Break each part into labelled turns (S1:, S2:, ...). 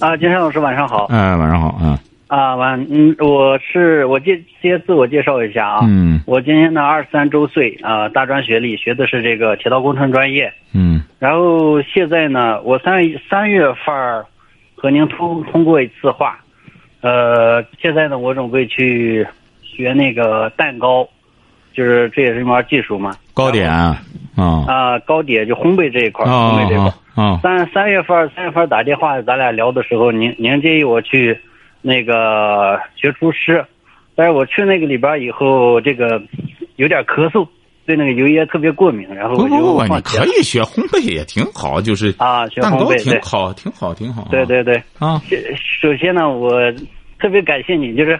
S1: 啊，金山老师晚上好
S2: 哎，晚上好，嗯
S1: 啊，晚嗯，我是我介先自我介绍一下啊，
S2: 嗯
S1: 我今年呢二十三周岁啊、大专学历，学的是这个铁道工程专业，
S2: 嗯
S1: 然后现在呢，我三三月份儿和您通通过一次话，呃，现在呢我准备去学那个蛋糕，就是这也是一门技术嘛，
S2: 糕点啊，啊
S1: 啊、糕点就烘焙这一块儿，烘焙这一块儿
S2: 啊。啊
S1: 三三月份儿三月份儿打电话，咱俩聊的时候，您您建议我去那个学厨师，但是我去那个里边儿以后，这个有点咳嗽，对那个油烟特别过敏，然后
S2: 不
S1: 我
S2: 不
S1: 就
S2: 不，你
S1: 放弃了
S2: 可以学烘焙也挺好，就是
S1: 啊，学
S2: 蛋
S1: 烘
S2: 糕
S1: 焙
S2: 挺好，挺好，挺好啊。
S1: 对对对对。
S2: 啊，
S1: 这首先呢，我特别感谢你，就是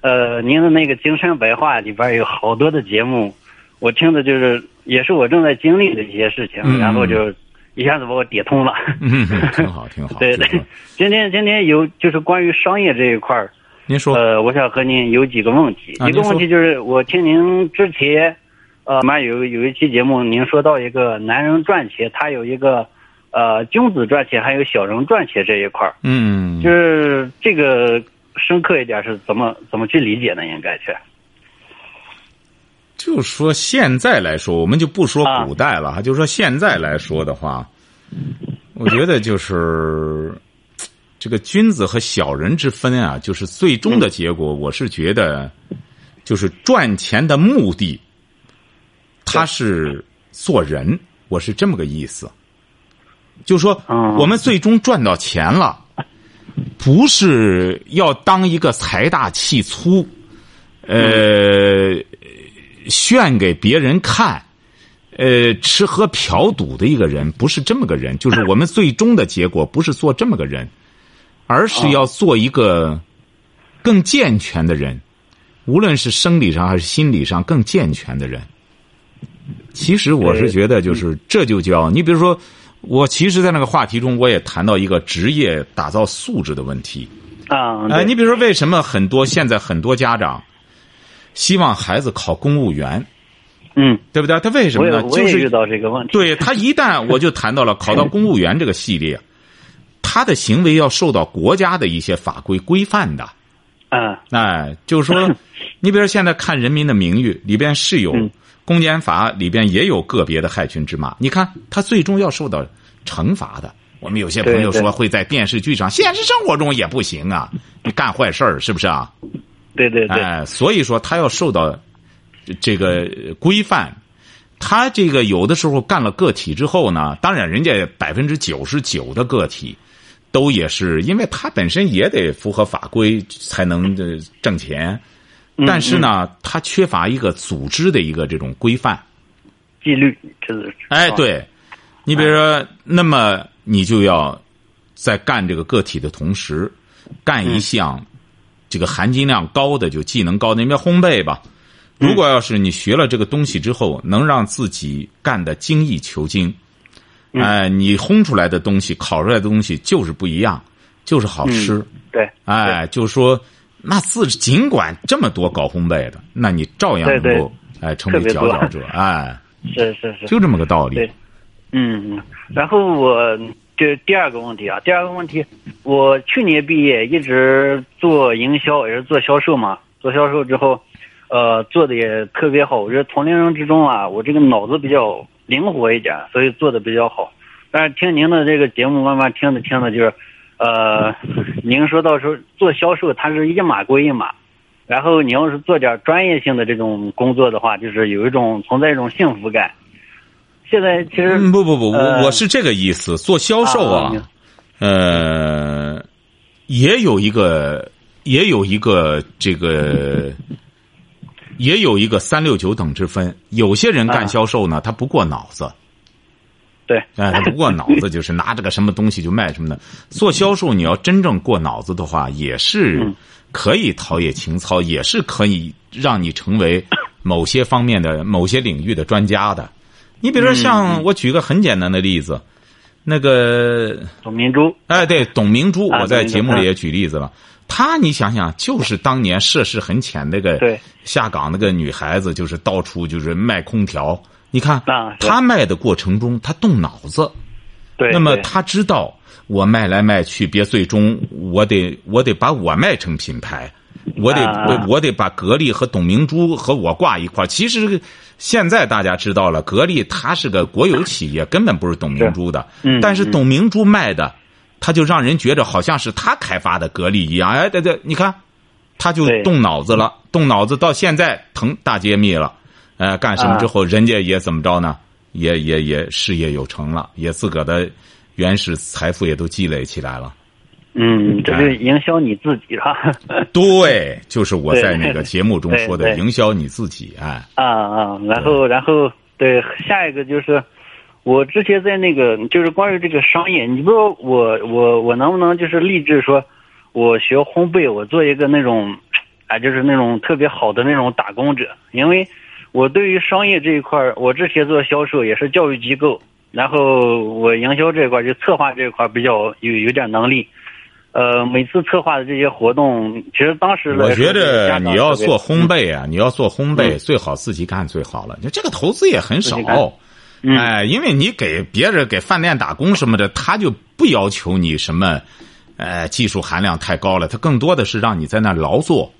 S1: 呃，您的那个《金山白话》里边有好多的节目，我听的就是也是我正在经历的一些事情，
S2: 嗯
S1: 然后就一下子把我点通了。
S2: 嗯，挺好，挺好。
S1: 对
S2: 挺
S1: 对
S2: 好，
S1: 今天今天有就是关于商业这一块儿，
S2: 您说，
S1: 呃，我想和您有几个问题。
S2: 啊
S1: 一个
S2: 您说
S1: 问题就是我听您之前，呃，里面有有一期节目，您说到一个男人赚钱，他有一个呃君子赚钱，还有小人赚钱这一块儿，
S2: 嗯，
S1: 就是这个深刻一点是怎么怎么去理解呢？应该是
S2: 就说现在来说，我们就不说
S1: 啊
S2: 古代了，就说现在来说的话，我觉得就是这个君子和小人之分啊，就是最终
S1: 嗯
S2: 的结果，我是觉得，就是赚钱的目的，他是做人，我是这么个意思。就说
S1: 嗯
S2: 我们最终赚到钱了，不是要当一个财大气粗，呃，炫给别人看，呃，吃喝嫖赌的一个人，不是这么个人。就是我们最终的结果不是做这么个人，而是要做一个更健全的人，无论是生理上还是心理上更健全的人。其实我是觉得，就是这就叫你，比如说，我其实，在那个话题中，我也谈到一个职业打造素质的问题。
S1: 啊，
S2: 哎，
S1: 对
S2: 你比如说，为什么很多现在很多家长希望孩子考公务员，
S1: 嗯，
S2: 对不对？他为什
S1: 我
S2: 么
S1: 也
S2: 呢？
S1: 我
S2: 就
S1: 也遇
S2: 是
S1: 到这个问题，
S2: 对他一旦我就谈到了考到公务员这个系列，他的行为要受到国家的一些法规规范的。
S1: 嗯
S2: 哎，就是 说，你比如说现在看《人民的名誉》里边是有
S1: 嗯
S2: 公检法里边也有个别的害群之马，你看他最终要受到惩罚的。我们有些朋友
S1: 对
S2: 说
S1: 对
S2: 会在电视剧上，现实生活中也不行啊，你干坏事儿是不是啊？
S1: 对对对，
S2: 哎，所以说他要受到这个呃规范。他这个有的时候干了个体之后呢，当然人家百分之九十九的个体，都也是因为他本身也得符合法规才能呃挣钱，
S1: 嗯
S2: 但是呢，他缺乏一个组织的一个这种规范。
S1: 纪律这是
S2: 哎，
S1: 啊
S2: 对，你比如说，那么你就要在干这个个体的同时，干
S1: 嗯
S2: 一项这个含金量高的，就技能高的，你比如烘焙吧。
S1: 嗯
S2: 如果要是你学了这个东西之后，能让自己干的精益求精，
S1: 嗯
S2: 哎、你烘出来的东西、烤出来的东西就是不一样，就是好吃。
S1: 嗯对，
S2: 哎，就是说，那自尽管这么多搞烘焙的，那你照样
S1: 对对
S2: 能够哎成为
S1: 特别
S2: 佼
S1: 多
S2: 佼者， 哎，
S1: 是是是，
S2: 就这么个道理。
S1: 对嗯，嗯，然后我这第二个问题啊，第二个问题，我去年毕业一直做营销，也是做销售嘛，做销售之后，呃，做的也特别好。我觉得同龄人之中啊，我这个脑子比较灵活一点，所以做的比较好。但是听您的这个节目，慢慢听着听着就是，呃，您说到时候做销售，它是一码归一码，然后你要是做点专业性的这种工作的话，就是有一种存在一种幸福感。现在其实、
S2: 嗯，不不不，我
S1: 呃
S2: 我是这个意思。做销售啊
S1: 啊明，
S2: 呃，也有一个，也有一个这个，也有一个三六九等之分。有些人干
S1: 啊
S2: 销售呢，他不过脑子，
S1: 对，
S2: 哎，他不过脑子，就是拿着个什么东西就卖什么的。做销售，你要真正过脑子的话，也
S1: 嗯
S2: 是可以陶冶情操，也是可以让你成为某些方面的、某些领域的专家的。你
S1: 嗯
S2: 比如说，像我举个很简单的例子，那个，
S1: 董明珠，
S2: 哎，对，董明珠，
S1: 啊
S2: 我在
S1: 董明珠
S2: 节目里也举例子了。她，你想想，就是当年涉世很浅那个
S1: 对
S2: 下岗那个女孩子，就是到处就是卖空调。你看
S1: 啊，是
S2: 她卖的过程中，她动脑子。
S1: 对，
S2: 那么
S1: 对
S2: 他知道我卖来卖去，别最终我得我得把我卖成品牌，我得、
S1: 啊
S2: 我得把格力和董明珠和我挂一块儿其实现在大家知道了，格力它是个国有企业，根本不是董明珠的。
S1: 嗯
S2: 但是
S1: 嗯
S2: 董明珠卖的，他就让人觉着好像是他开发的格力一样。哎，对对，你看，他就
S1: 对
S2: 动脑子了，动脑子到现在腾大揭秘了，呃，干什么
S1: 啊
S2: 之后，人家也怎么着呢？也也也事业有成了，也自个儿的原始财富也都积累起来了。
S1: 嗯，这
S2: 哎
S1: 是营销你自己哈，
S2: 对，就是我
S1: 对
S2: 在那个节目中
S1: 对
S2: 说的，
S1: 对
S2: 营销你自己，哎，
S1: 啊啊，然后
S2: 嗯
S1: 然后对下一个就是，我之前在那个就是关于这个商业，你不知道我我我能不能就是立志说，我学烘焙，我做一个那种，啊，就是那种特别好的那种打工者，因为我对于商业这一块儿，我之前做销售也是教育机构，然后我营销这一块儿就策划这一块儿比较有有点能力。呃，每次策划的这些活动，其实当时来
S2: 我
S1: 说
S2: 觉
S1: 家
S2: 着
S1: 长
S2: 你要
S1: 特别
S2: 做烘焙啊，你要做烘焙，
S1: 嗯
S2: 最好自己干最好了。就这个投资也很
S1: 自
S2: 少
S1: 己干，嗯
S2: 哎，因为你给别人给饭店打工什么的，他就不要求你什么，呃，技术含量太高了，他更多的是让你在那儿劳作。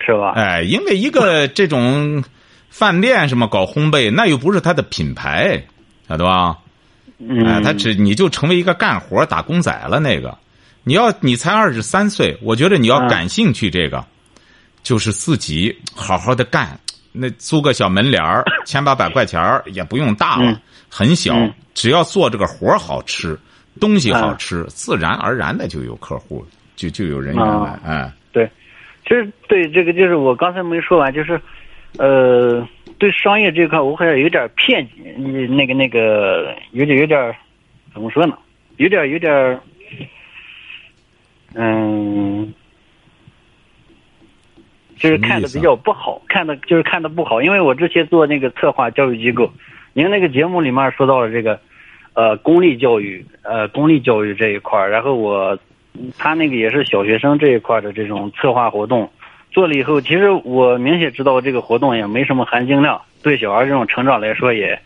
S1: 是吧？
S2: 哎，因为一个这种饭店什么搞烘焙，那又不是他的品牌，晓得吧？
S1: 嗯，
S2: 哎，他只你就成为一个干活儿打工仔了。那个，你要你才二十三岁，我觉得你要
S1: 嗯
S2: 感兴趣这个，就是自己好好的干。那租个小门脸 儿，千八百块钱儿也不用大了
S1: 嗯，
S2: 很小
S1: 嗯，啊
S2: 只要做这个活儿好吃，东西好吃，自然而然的就有客户，就就有人员来
S1: 哦。
S2: 哎，
S1: 对，其实对这个就是我刚才没说完，就是，呃，对商业这块我好像有点偏激，嗯那个那个有点有点怎么说呢？有点有点，嗯，就是看的比较不好，看的就是看的不好，因为我之前做那个策划教育机构，您那个节目里面说到了这个，呃，公立教育，呃，公立教育这一块儿然后我他那个也是小学生这一块的这种策划活动，做了以后，其实我明显知道这个活动也没什么含金量，对小孩这种成长来说也，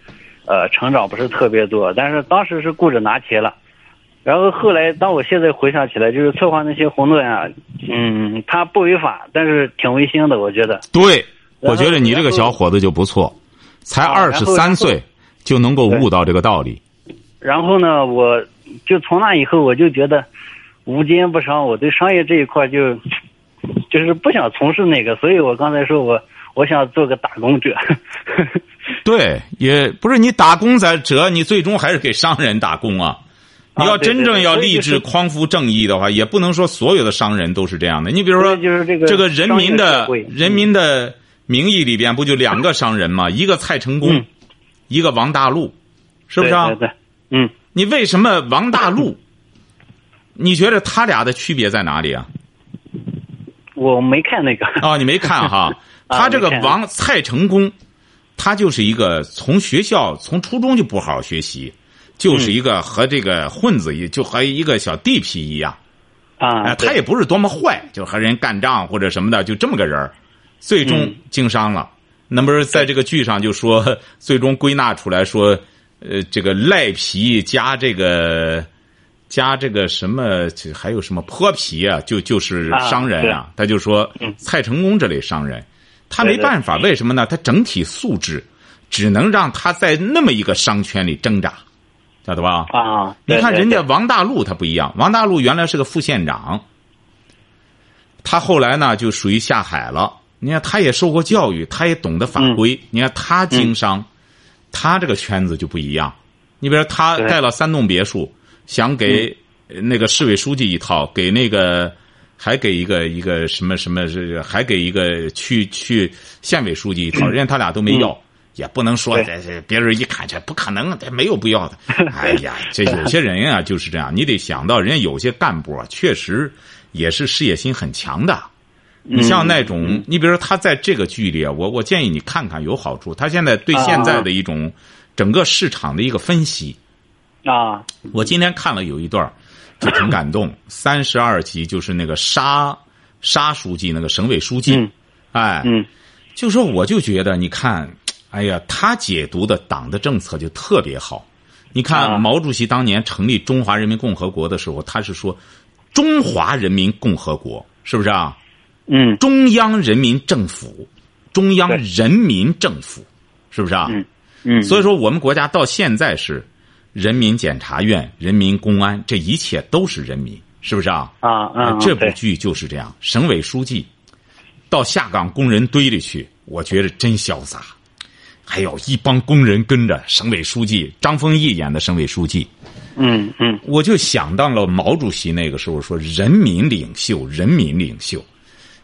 S1: 呃，成长不是特别多。但是当时是顾着拿钱了，然后后来当我现在回想起来，就是策划那些活动呀，嗯，他不违法，但是挺违心的，我觉得。
S2: 对，
S1: 然后
S2: 我觉得你这个小伙子就不错，才
S1: 啊
S2: 二
S1: 然
S2: 十
S1: 后然
S2: 三
S1: 后
S2: 岁就能够
S1: 对
S2: 悟到这个道理。
S1: 然后呢，我就从那以后，我就觉得无奸不商，我对商业这一块就就是不想从事那个，所以我刚才说我我想做个打工者。
S2: 对，也不是你打工仔者，你最终还是给商人打工啊。
S1: 啊
S2: 你要真正要立
S1: 对对对所
S2: 志
S1: 以就是
S2: 匡扶正义的话，也不能说所有的商人都是这样的。你比如说，
S1: 所以就是这个
S2: 个人民
S1: 商业
S2: 的
S1: 社会
S2: 人民的名义里边，不就两个商人吗？一个蔡成功，
S1: 嗯
S2: 一个王大陆，是不是、啊？
S1: 对对对，嗯，
S2: 你为什么王大陆？你觉得他俩的区别在哪里啊？
S1: 我没看那 个。
S2: 哦，你没看哈？
S1: 啊
S2: 他这个
S1: 没看
S2: 王蔡成功，他就是一个从学校从初中就不好好学习，
S1: 嗯
S2: 就是一个和这个混子一就和一个小地痞一样。
S1: 啊，
S2: 哎，他也不是多么坏，就和人干仗或者什么的，就这么个人儿最终
S1: 嗯
S2: 经商了。那不是在这个剧上就说， 最终归纳出来说，呃，这个赖皮加这个加这个什么，这还有什么泼皮啊，就就是
S1: 啊嗯
S2: 商人啊。他就说蔡成功这类商人，他没
S1: 对对
S2: 办法，为什么呢？他整体素质只能让他在那么一个商圈里挣扎，晓得吧？
S1: 啊，
S2: 你
S1: 对
S2: 看
S1: 对
S2: 人家
S1: 对
S2: 王大陆他不一样，王大陆原来是个副县长，他后来呢就属于下海了。你看他也受过教育，他也懂得法规。
S1: 嗯
S2: 你看他经商，他这个圈子就不一样。你比如说他
S1: 对嗯
S2: 盖了三栋别墅，想给呃那个市委书记一套，给那个还给一个一个什么什么，是还给一个区区县委书记一套，人家他俩都没要。也不能说
S1: 对
S2: 这这别人一看这不可能，这没有必要的。哎呀，这有些人啊就是这样，你得想到人家有些干部啊，确实也是事业心很强的。你像那种，你比如说他在这个剧里啊，我我建议你看看有好处。他现在对现在的一种整个市场的一个分析，
S1: 啊，
S2: 我今天看了有一段儿，就挺感动。三十二集就是那个沙沙书记，那个省委书记，
S1: 嗯
S2: 哎，
S1: 嗯
S2: 就说我就觉得，你看，哎呀，他解读的党的政策就特别好。你
S1: 啊
S2: 看，毛主席当年成立中华人民共和国的时候，他是说中华人民共和国，是不是啊？
S1: 嗯
S2: 中央人民政府，中央
S1: 对
S2: 人民政府，是不是啊？
S1: 嗯嗯，
S2: 所以说，我们国家到现在是人民检察院、人民公安，这一切都是人民，是不是啊？
S1: 啊
S2: 呃
S1: 嗯，
S2: 这部
S1: 对
S2: 剧就是这样。省委书记到下岗工人堆里去，我觉得真潇洒。还有一帮工人跟着省委书记张丰毅演的省委书记，
S1: 嗯嗯
S2: 我就想到了毛主席那个时候说“人民领袖，人民领袖”，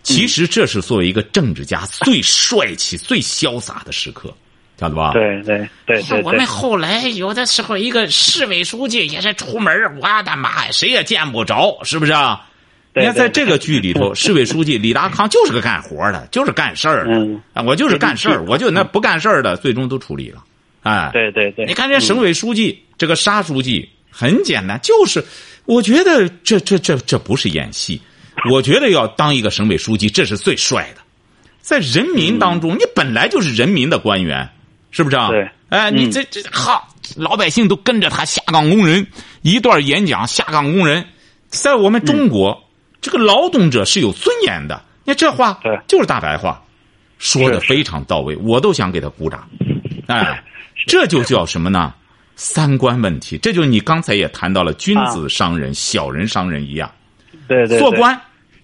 S2: 其实这是作为一个政治家最帅气、最潇洒的时刻，晓得吧？。
S1: 对对对对
S3: 我们
S1: 对，
S3: 后来有的时候，一个市委书记也是出门儿，我的妈呀，谁也见不着，是不是啊？
S2: 你看，
S1: 对
S2: 在这个剧里头，市委书记李达康就是个干活的，就是干事儿的
S1: 嗯。
S2: 啊，我就是干事儿，我就那不干事儿的，最终都处理了。哎，
S1: 对对对，嗯
S2: 你看这省委书记，这个沙书记很简单，就是我觉得这这这这不是演戏，我觉得要当一个省委书记，这是最帅的。在人民当中，你本来就是人民的官员，是不是啊？
S1: 嗯对
S2: 哎，你
S1: 嗯
S2: 这这哈，老百姓都跟着他下岗工人一段演讲，下岗工人，在我们中国，
S1: 嗯
S2: 这个劳动者是有尊严的。你看这话
S1: 对
S2: 就是大白话，说的
S1: 是是
S2: 非常到位，我都想给他鼓掌。哎，这就叫什么呢？三观问题，这就是你刚才也谈到了君子伤人、小人伤人一样。
S1: 对啊对啊
S2: 做
S1: 对
S2: 官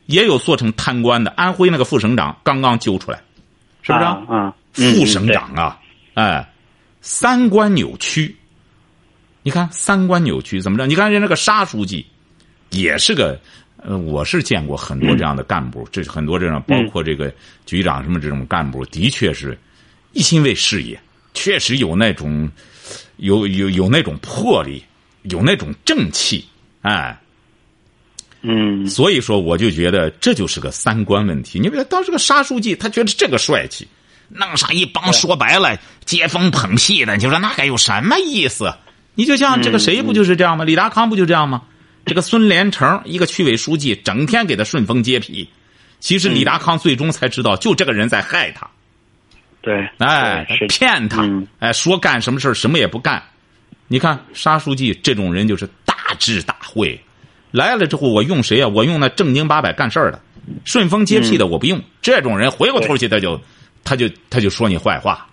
S2: 也有做成贪官的，安徽那个副省长刚刚揪出来，是不是啊、
S1: 啊啊，嗯
S2: 副省长啊，哎，三观扭曲。你看三观扭曲怎么着？你看人家那个沙书记，也是个，呃，我是见过很多这样的干部，这很多这样，包括这个局长什么这种干部，的确是一心为事业，确实有那种，有有有那种魄力，有那种正气，哎，
S1: 嗯
S2: 所以说，我就觉得这就是个三观问题。你比如当时个沙书记，他觉得这个帅气，弄上一帮说白了接风捧屁的，你就说那该有什么意思？你就像这个谁不就是这样吗？李达康不就这样吗？这个孙连成，一个区委书记，整天给他顺风接屁。其实李达康最终才知道，就这个人在害他，
S1: 对，
S2: 哎，
S1: 对是
S2: 骗他
S1: 嗯，
S2: 哎，说干什么事儿什么也不干。你看沙书记这种人就是大智大慧，来了之后我用谁啊？我用那正经八百干事儿的，顺风
S1: 嗯
S2: 接屁的我不用。这种人回过头去他就，他就他就说你坏话。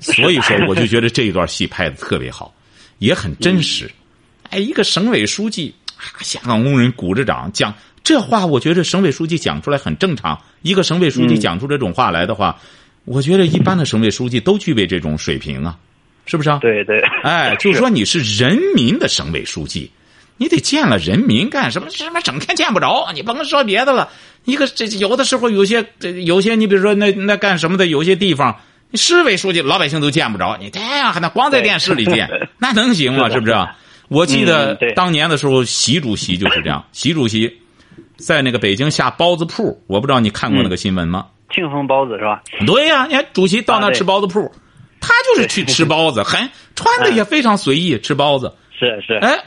S2: 所以说，我就觉得这一段戏拍的特别好，也很真实。哎，一个省委书记，啊下岗工人鼓着掌讲这话，我觉得省委书记讲出来很正常。一个省委书记讲出这种话来的话，我觉得一般的省委书记都具备这种水平啊，是不是啊？
S1: 对对，
S2: 哎，就是说你是人民的省委书记，你得见了人民干什么？什么整天见不着，你甭说别的了。一个这有的时候有些这有些，你比如说那那干什么的，有些地方你市委书记老百姓都见不着，你这样还能光在
S1: 对
S2: 电视里 见，那能行吗？
S1: 是的
S2: 是不是啊？我记得
S1: 嗯对
S2: 当年的时候，习主席就是这样。习主席在那个北京下包子铺，我不知道你看过那个新闻吗？
S1: 庆丰包子是吧？
S2: 对呀、你看主席到那
S1: 啊对
S2: 吃包子铺，他就是去吃包子，很穿的也非常随意，吃包子。
S1: 是是，
S2: 哎，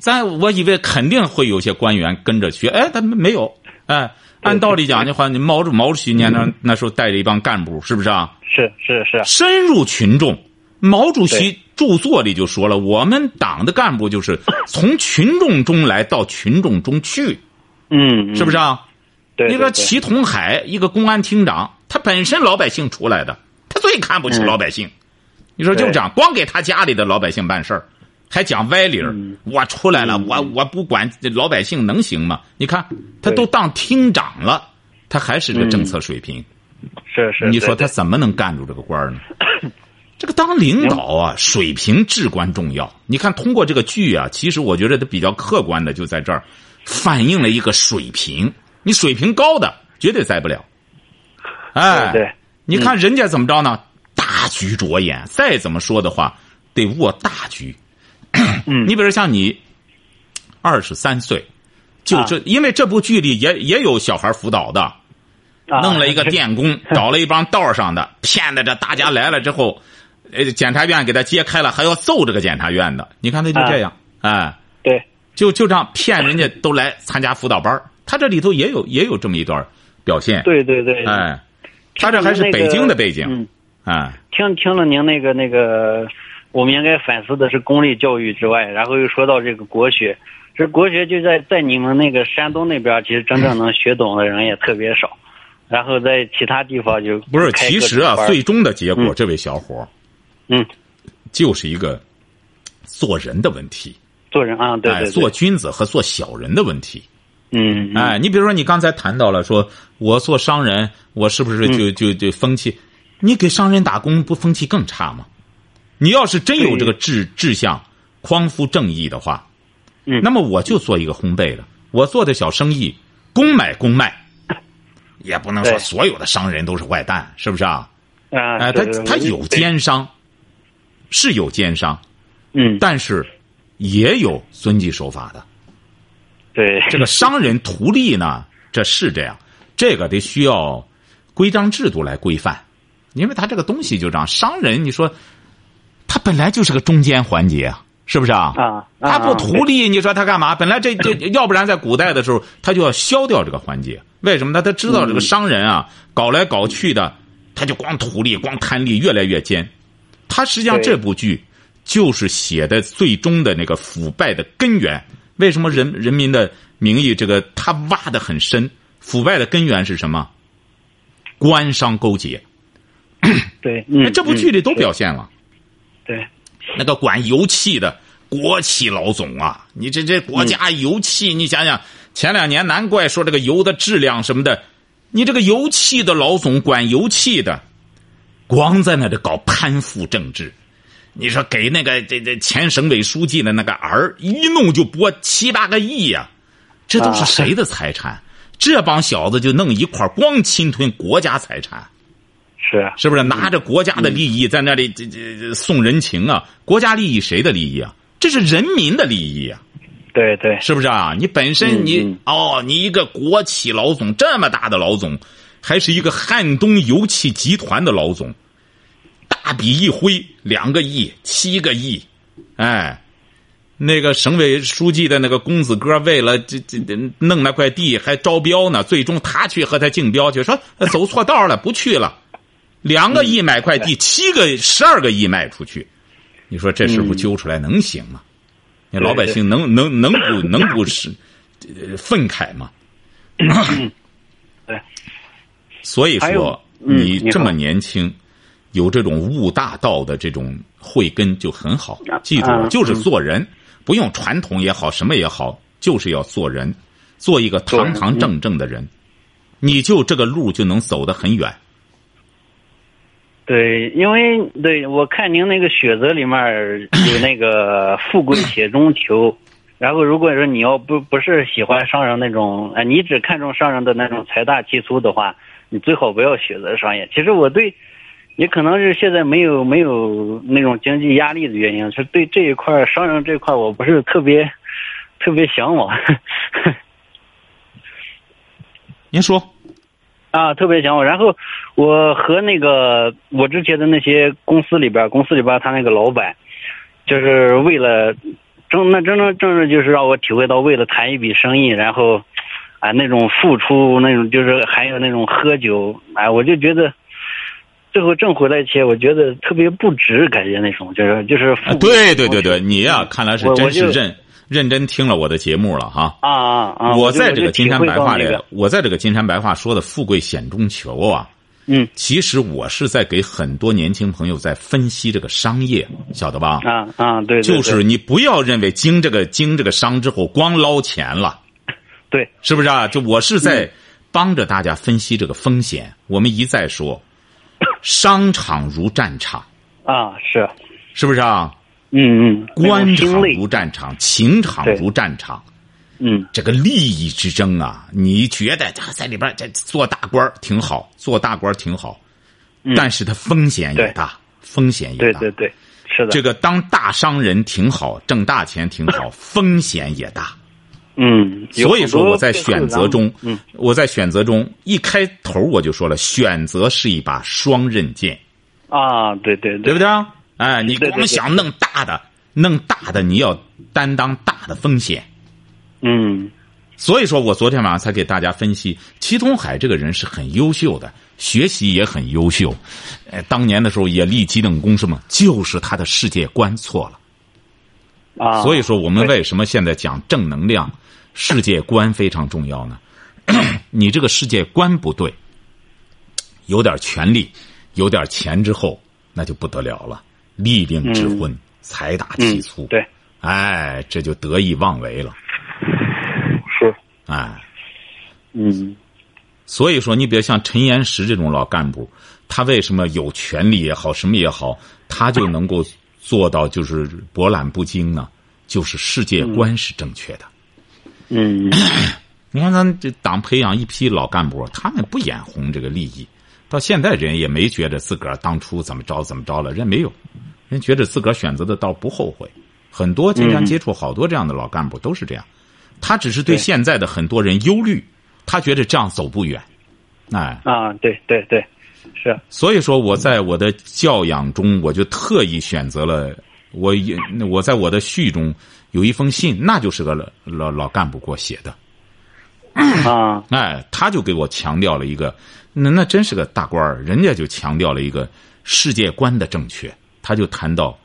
S2: 咱我以为肯定会有些官员跟着去，哎，他们没有。哎，按道理讲的话，你毛主毛主席年
S1: 嗯
S2: 那那时候带着一帮干部，是不是啊？
S1: 是是是，
S2: 深入群众。毛主席
S1: 对
S2: 著作里就说了，我们党的干部就是从群众中来到群众中去，
S1: 嗯，
S2: 是不是
S1: 是？
S2: 啊？
S1: 对，
S2: 你说
S1: 对
S2: 祁同海一个公安厅长，他本身老百姓出来的，他最看不起
S1: 嗯
S2: 老百姓。你说就这样，光给他家里的老百姓办事儿，还讲歪理儿。
S1: 嗯
S2: 我出来了，我我不管老百姓能行吗？你看他
S1: 对
S2: 都当厅长了，他还是这个政策水平。
S1: 是是，
S2: 你说他
S1: 对
S2: 怎么能干住这个官 儿呢？这个当领导啊，水平至关重要。你看，通过这个剧啊，其实我觉得它比较客观的就在这儿，反映了一个水平。你水平高的绝对栽不了。哎，
S1: 对对嗯
S2: 你看人家怎么着呢？大大局着眼。再怎么说的话，得握大局。
S1: 嗯
S2: 你比如像你二十三岁，就这，因为这部剧里也也有小孩辅导的，
S1: 啊
S2: 弄了一个电工，找了一帮道上的，骗的这大家来了之后，呃，检察院给他揭开了，还要揍这个检察院的。你看他就这样，
S1: 啊
S2: 哎，
S1: 对，
S2: 就就这样骗人家都来参加辅导班儿他这里头也有也有这么一段表现，
S1: 对对对，
S2: 哎，他这还是
S1: 那个
S2: 北京的背景，
S1: 嗯，
S2: 哎，
S1: 听听了您那个那个，我们应该反思的是公立教育之外，然后又说到这个国学，这国学就在在你们那个山东那边，其实真正能学懂的人也特别少，然后在其他地方就
S2: 不是，
S1: 开
S2: 其
S1: 各
S2: 实啊
S1: 种班，儿
S2: 最终的结果，
S1: 嗯
S2: 这位小伙儿
S1: 嗯，
S2: 就是一个做人的问题，
S1: 做人啊，对
S2: 哎，
S1: 对
S2: 做
S1: 对，
S2: 君子和做小人的问题。
S1: 嗯，嗯，
S2: 哎，你比如说你刚才谈到了说，我做商人，我是不是
S1: 嗯
S2: 就就就风气？你给商人打工，不风气更差吗？你要是真有这个志志向，匡扶正义的话，
S1: 嗯
S2: 那么我就做一个烘焙的，我做的小生意，公买公卖，也不能说
S1: 对
S2: 所有的商人都是坏蛋，是不是啊？
S1: 啊，
S2: 哎，他
S1: 对对
S2: 他
S1: 我
S2: 有奸商，是有奸商，
S1: 嗯，
S2: 但是也有遵纪守法的。
S1: 对，
S2: 这个商人图利呢，这是这样，这个得需要规章制度来规范，因为他这个东西就这样，商人你说他本来就是个中间环节啊，是不是啊？
S1: 啊啊
S2: 他不图利，你说他干嘛？本来 这这，要不然在古代的时候，他就要消掉这个环节。为什么呢？他知
S1: 嗯
S2: 道这个商人啊，搞来搞去的，他就光图利、光贪利，越来越奸。他实际上
S1: 对
S2: 这部剧就是写的最终的那个腐败的根源。为什么人人民的名义这个他挖的很深？腐败的根源是什么？官商勾结。
S1: 对，嗯，
S2: 哎这部剧里都
S1: 嗯
S2: 表现了。
S1: 对，
S2: 那个管油气的国企老总啊，你这这国家油气，你想想，前两年难怪说这个油的质量什么的，你这个油气的老总管油气的，光在那里搞攀附政治。你说给那个这这前省委书记的那个儿一弄就拨七八个亿呀、这都是
S1: 啊
S2: 谁的财产？这帮小子就弄一块儿光侵吞国家财产。
S1: 是啊
S2: 是不是拿着国家的
S1: 嗯
S2: 利益在那里这这这送人情啊？国家利益谁的利益啊？这是人民的利益啊，
S1: 对对
S2: 是不是啊？你本身
S1: 嗯
S2: 你、
S1: 嗯
S2: 哦，你一个国企老总这么大的老总，还是一个汉东油气集团的老总，大笔一挥，两个亿、七个亿，哎，那个省委书记的那个公子哥，为了这这这弄那块地还招标呢，最终他去和他竞标去，说呃走错道了，不去了。两个亿买块地，七个、十二个亿卖出去，你说这师傅揪出来能行吗？那老百姓能能能不能不是呃愤慨吗？
S1: 嗯对，
S2: 所以
S1: 还有
S2: 说，
S1: 嗯
S2: 你
S1: 你
S2: 这么
S1: 好
S2: 年轻，有这种悟大道的这种慧根就很好。记住了，
S1: 嗯
S2: 就是做人，不用传统也好，什么也好，就是要做人，做一个
S1: 做
S2: 堂
S1: 人
S2: 堂正正的
S1: 嗯
S2: 人，你就这个路就能走得很远。
S1: 对，因为对我看您那个选择里面儿有那个富贵险中求，然后如果说你要不不是喜欢商人那种，哎，你只看重商人的那种财大气粗的话，你最好不要选择商业。其实我对，也可能是现在没有没有那种经济压力的原因，是对这一块儿商人这块儿我不是特别特别向往。
S2: 您说，
S1: 啊，特别想我。然后我和那个我之前的那些公司里边，公司里边他那个老板，就是为了真那真正正正就是让我体会到，为了谈一笔生意，然后啊那种付出，那种就是还有那种喝酒，哎、我就觉得。最后挣回来钱，我觉得特别不值，感觉那种就是就是付
S2: 啊，对对对对，你呀、看来是
S1: 我嗯我
S2: 真是
S1: 就
S2: 认认真听了我的节目了哈。
S1: 啊啊啊！
S2: 我
S1: 就
S2: 在这
S1: 就
S2: 个金
S1: 体
S2: 山
S1: 会
S2: 白
S1: 到
S2: 话里
S1: 那个，
S2: 我在这个金山白话说的“富贵险中求”啊，
S1: 嗯
S2: 其实我是在给很多年轻朋友在分析这个商业，晓得吧？
S1: 啊啊对，对
S2: 就
S1: 对
S2: 是你不要认为经这个经这个商之后光捞钱了，
S1: 对嗯
S2: 是不是啊？就我是在帮着大家分析这个风险。我们一再 说，商场如战场，
S1: 啊是，
S2: 是不是啊？
S1: 嗯嗯，那种
S2: 官
S1: 心
S2: 场
S1: 累
S2: 如战场，情场
S1: 对
S2: 如战场。
S1: 嗯
S2: 这个利益之争啊，你觉得啊在里边儿这做大官儿挺好，做大官儿挺好，但是它风险也大，风险也
S1: 嗯对
S2: 大。
S1: 对对，是的，
S2: 这个当大商人挺好，挣大钱挺 好，风险也大。
S1: 嗯，有
S2: 所以说
S1: 很多
S2: 我在
S1: 变数
S2: 选
S1: 咱
S2: 择
S1: 们
S2: 中，
S1: 嗯，
S2: 我在选择中一开头我就说了，选择是一把双刃剑，
S1: 啊，对对
S2: 对不
S1: 对，
S2: 对啊？哎，你
S1: 对对
S2: 光
S1: 对
S2: 想弄大的，弄大的你要担当大的风险。
S1: 嗯
S2: 所以说我昨天晚上才给大家分析，祁同海这个人是很优秀的，学习也很优秀，呃，当年的时候也立几等功什么，就是他的世界观错了。
S1: 啊，
S2: 所以说，我们为什么现在讲正能量、世界观非常重要呢？ 你这个世界观不对，有点权力、有点钱之后，那就不得了了，利令智昏，财大气
S1: 嗯
S2: 粗，
S1: 对
S2: 哎，这就得意忘为了，
S1: 是，
S2: 哎。
S1: 嗯
S2: 所以说，你比如像陈岩石这种老干部，他为什么有权利也好，什么也好，他就能够做到就是博览不惊呢？就是世界观是正确的。
S1: 嗯
S2: 你看咱这党培养一批老干部，他们不眼红这个利益，到现在人也没觉着自个儿当初怎么着怎么着了，人没有，人觉着自个儿选择的道不后悔。很多经常
S1: 嗯
S2: 接触好多这样的老干部都是这样，他只是对
S1: 对
S2: 现在的很多人忧虑，他觉得这样走不远，哎。
S1: 啊，对对对，是，
S2: 所以说，我在我的教养中，我就特意选择了我也我在我的序中有一封信，那就是个老老老干部给我写的。
S1: 啊，
S2: 哎，他就给我强调了一个，那那真是个大官儿，人家就强调了一个世界观的正确。他就谈到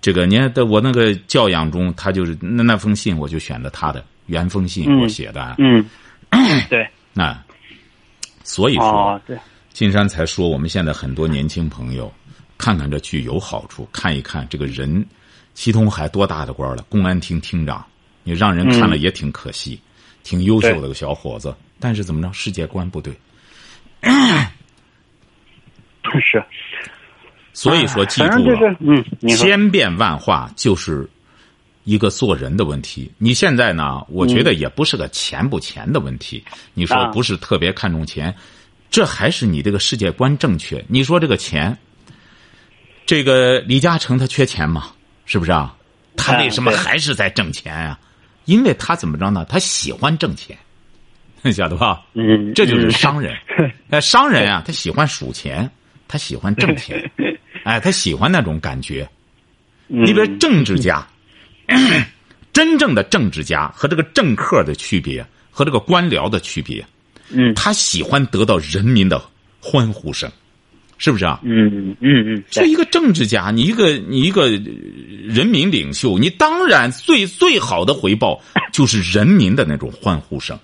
S2: 这个，你看，在我那个教养中，他就是那那封信，我就选了他的原封信
S1: 嗯
S2: 我写的啊。
S1: 嗯，对，
S2: 哎所以说，
S1: 哦，对，
S2: 金山才说，我们现在很多年轻朋友看看这剧有好处，看一看这个人，祁同海多大的官了，公安厅厅长，你让人
S1: 嗯
S2: 看了也挺可惜，挺优秀的个小伙子，但是怎么着，世界观不对。
S1: 是，
S2: 所以说，记
S1: 哎反正
S2: 住
S1: 就
S2: 了
S1: 是，，嗯，你说，
S2: 千变万化就是一个做人的问题。你现在呢，我觉得也不是个钱不钱的问题，你说
S1: 嗯啊
S2: 不是特别看重钱，这还是你这个世界观正确。你说这个钱，这个李嘉诚他缺钱吗？是不是啊？他
S1: 啊
S2: 为什么
S1: 对
S2: 还是在挣钱啊？因为他怎么着呢？他喜欢挣钱，晓得吧？
S1: 嗯，
S2: 这就是
S1: 嗯
S2: 商 人。哎，商人啊，他喜欢数钱，他喜欢挣 钱，哎，他喜欢那种感觉。
S1: 嗯
S2: 你比如政治家，真正的政治家和这个政客的区别，和这个官僚的区别，
S1: 嗯
S2: 他喜欢得到人民的欢呼声，是不是啊？
S1: 嗯嗯嗯，
S2: 这
S1: 对
S2: 一个政治家，你一个你一个呃人民领袖，你当然最最好的回报就是人民的那种欢呼声。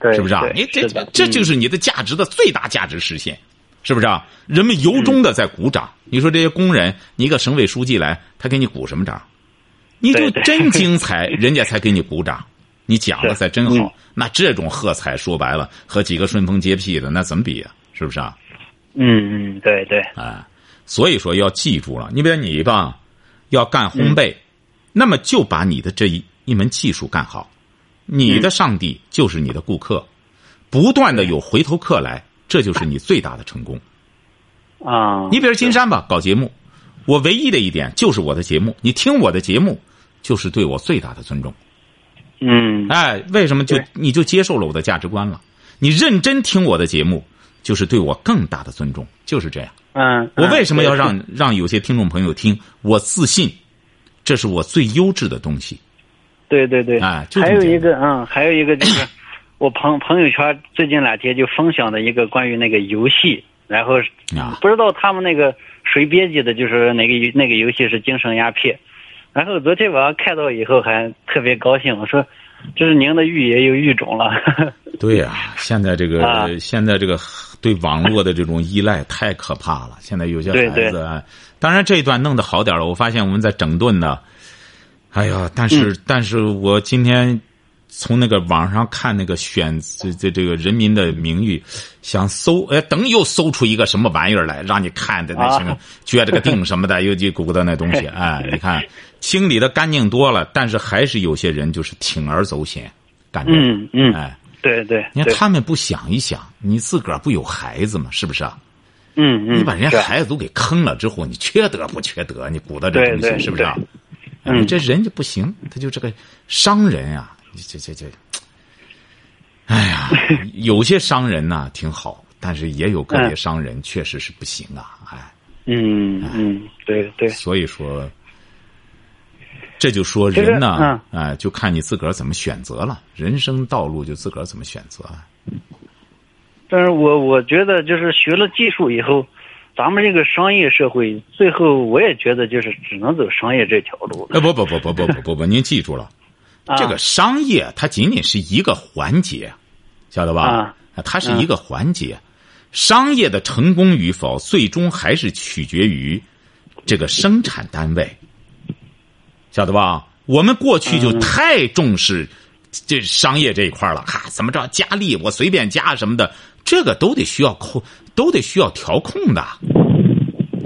S1: 对，
S2: 是不是啊
S1: 对？
S2: 你这
S1: 是的
S2: 这
S1: 嗯
S2: 就是你的价值的最大价值实现，是不是啊？人们由衷的在鼓掌。你说这些工人，你一个省委书记来，他给你鼓什么掌？你就
S1: 对对
S2: 真 精彩，人家才给你鼓掌。你讲了
S1: 是
S2: 才真
S1: 嗯
S2: 好，那这种喝彩说白了和几个顺风接屁的那怎么比呀、是不是啊？
S1: 嗯嗯，对对，
S2: 所以说要记住了，你比如你吧，要干烘焙，
S1: 嗯
S2: 那么就把你的这一一门技术干好。你的上帝就是你的顾客，不断的有回头客来，这就是你最大的成功。
S1: 嗯啊，
S2: 你比如金山吧，搞节目，我唯一的一点就是我的节目，你听我的节目，就是对我最大的尊重。
S1: 嗯
S2: 哎，为什么就
S1: 对
S2: 你就接受了我的价值观了？你认真听我的节目，就是对我更大的尊重，就是这样。
S1: 嗯，
S2: 我为什么要
S1: 嗯
S2: 让让有些听众朋友听？我自信，这是我最优质的东西。
S1: 对对对，
S2: 哎就这么
S1: 还有一
S2: 简单
S1: 个，嗯，还有一个就是， 我朋朋友圈最近两天就分享的一个关于那个游戏，然后是
S2: 啊
S1: 不知道他们那个谁编辑的，就是哪个游那个游戏是精神鸦片，然后昨天晚上看到以后还特别高兴，我说这是您的预言又育种了，
S2: 对呀、现在这个、
S1: 啊
S2: 现在这个对网络的这种依赖太可怕了。现在有些孩
S1: 对
S2: 子，
S1: 对
S2: 哎当然这一段弄得好点儿了，我发现我们在整顿呢。哎呀，但是、
S1: 嗯
S2: 但是我今天从那个网上看那个选这这这个人民的名誉，想搜哎，等又搜出一个什么玩意儿来，让你看的那什 么
S1: 啊
S2: 撅着个腚什么的，又叽咕的那东 西，哎，你看清理的干净多了，但是还是有些人就是铤而走险，感觉
S1: 嗯嗯，
S2: 哎。
S1: 对对
S2: 你
S1: 对
S2: 看他们不想一想，你自个儿不有孩子吗？是不是啊？
S1: 嗯嗯，
S2: 你把人
S1: 是
S2: 家孩子都给坑了之后，你缺德不缺德？你鼓捣这
S1: 对
S2: 东西
S1: 对
S2: 是不是啊？
S1: 嗯
S2: 你这人就不行，他就这个商人啊，你这这这，哎 呀，有些商人呐挺好，但是也有个别
S1: 嗯
S2: 商人确实是不行啊，哎，
S1: 嗯嗯，对对，
S2: 所以说，这就说
S1: 其实
S2: 人呢，
S1: 嗯
S2: 啊、就看你自个儿怎么选择了，人生道路就自个儿怎么选择。啊
S1: 但是我我觉得就是学了技术以后，咱们这个商业社会，最后我也觉得就是只能走商业这条路了。
S2: 呃，不不不不不不不不，您记住了，
S1: 啊
S2: 这个商业它仅仅是一个环节，晓得吧？
S1: 啊
S2: 啊它是一个环节，商业的成功与否，最终还是取决于这个生产单位，晓得吧？我们过去就太重视这商业这一块了，哈、怎么着加力，我随便加什么的，这个都得需要控，都得需要调控的，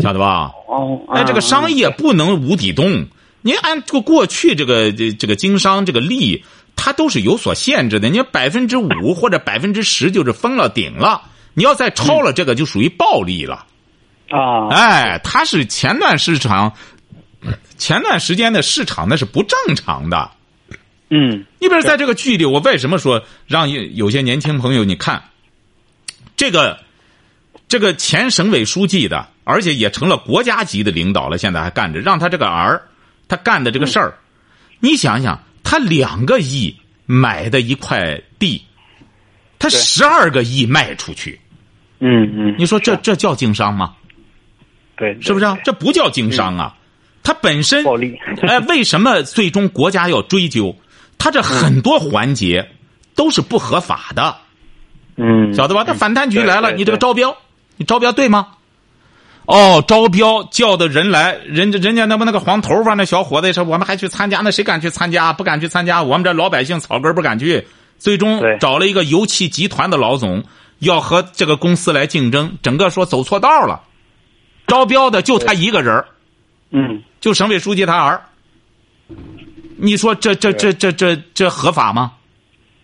S2: 晓得吧？
S1: 哦，
S2: 哎，这个商
S1: 业，
S2: 业不能无底洞。您按这个过去这个这这个经商这个利，它都是有所限制的。你百分之五或者百分之十就是封了顶了，你要再超了这个就属于暴利了。
S1: 啊，
S2: 哎，它是前段市场，前段时间的市场那是不正常的。
S1: 嗯
S2: 你比如在这个剧里，我为什么说让有有些年轻朋友你看，这个这个前省委书记的，而且也成了国家级的领导了，现在还干着，让他这个儿他干的这个事
S1: 嗯
S2: 儿，你想想，他两个亿买的一块地，他
S1: 对
S2: 十二个亿卖出去，
S1: 嗯嗯，
S2: 你说这这叫经商吗？
S1: 对，嗯
S2: 是不是、啊？这不叫经商啊，它本身
S1: 暴利
S2: 哎，为什么最终国家要追究？它这很多环节都是不合法的，
S1: 嗯，
S2: 晓得吧？这反贪局来了，
S1: 对对
S2: 你这个
S1: 对
S2: 招标，你招标对吗？哦，招标叫的人来，人家人家那不那个黄头发那小伙子也是，我们还去参加，那谁敢去参加？啊不敢去参加，我们这老百姓草根儿不敢去。最终
S1: 对
S2: 找了一个油气集团的老总，要和这个公司来竞争，整个说走错道了，招标的就他一个人儿
S1: 嗯，
S2: 就省委书记他儿。你说这这这这这这合法吗？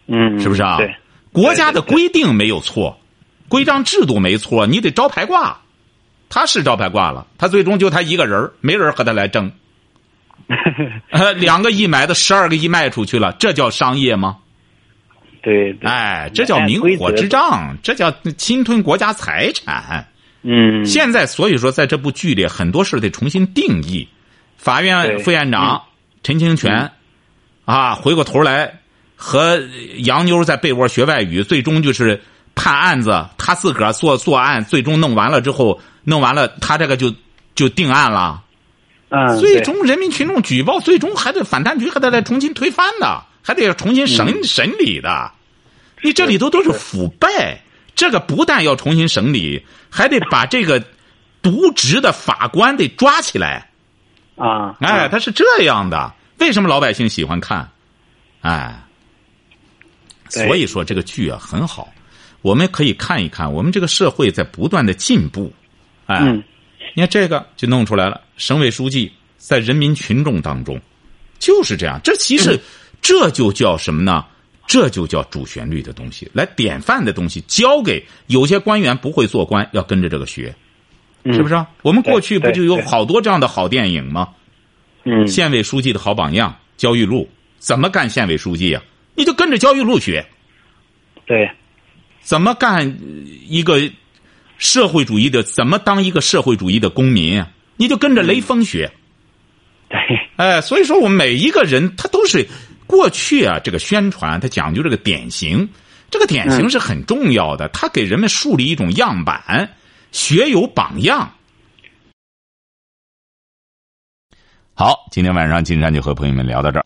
S1: 嗯嗯，
S2: 是不是啊？
S1: 对，
S2: 国家的规定没有错，规章制度没错，你得招牌挂，他是招牌挂了，他最终就他一个人儿没人和他来争。呃，两个亿买的，十二个亿卖出去了，这叫商业吗？
S1: 对对，
S2: 哎，这叫明火之障，这叫侵吞国家财产。
S1: 嗯，
S2: 现在所以说，在这部剧里，很多事得重新定义。法院
S1: 对嗯
S2: 副院长陈清泉啊，回过头来和洋妞在被窝学外语，最终就是判案子，他自个儿做做案，最终弄完了之后，弄完了他这个就就定案了。
S1: 嗯，
S2: 最
S1: 对
S2: 终人民群众举报，最终还得反贪局还得来重新推翻的，还得重新审、
S1: 嗯
S2: 审理的。你这里头都是腐败，这个不但要重新审理，还得把这个渎职的法官得抓起来。
S1: 啊，
S2: 哎，
S1: 啊，
S2: 他是这样的。为什么老百姓喜欢看？哎，
S1: 对
S2: 所以说这个剧啊很好，我们可以看一看。我们这个社会在不断的进步，哎，
S1: 嗯
S2: 你看这个就弄出来了，省委书记在人民群众当中就是这样。这其
S1: 嗯
S2: 实、这就叫什么呢？这就叫主旋律的东西，来典范的东西，交给有些官员不会做官，要跟着这个学，
S1: 嗯
S2: 是不是？啊？我们过去
S1: 对
S2: 不就有
S1: 对
S2: 好多这样的好电影吗？
S1: 嗯，
S2: 县委书记的好榜样焦裕禄怎么干县委书记呀、你就跟着焦裕禄学，
S1: 对，
S2: 怎么干呃一个社会主义的，怎么当一个社会主义的公民啊？你就跟着
S1: 嗯
S2: 雷锋学。
S1: 对，
S2: 哎，所以说我们每一个人他都是过去啊，这个宣传它讲究这个典型，这个典型是很重要的，它给人们树立一种样板，学有榜样。好，今天晚上金山就和朋友们聊到这儿。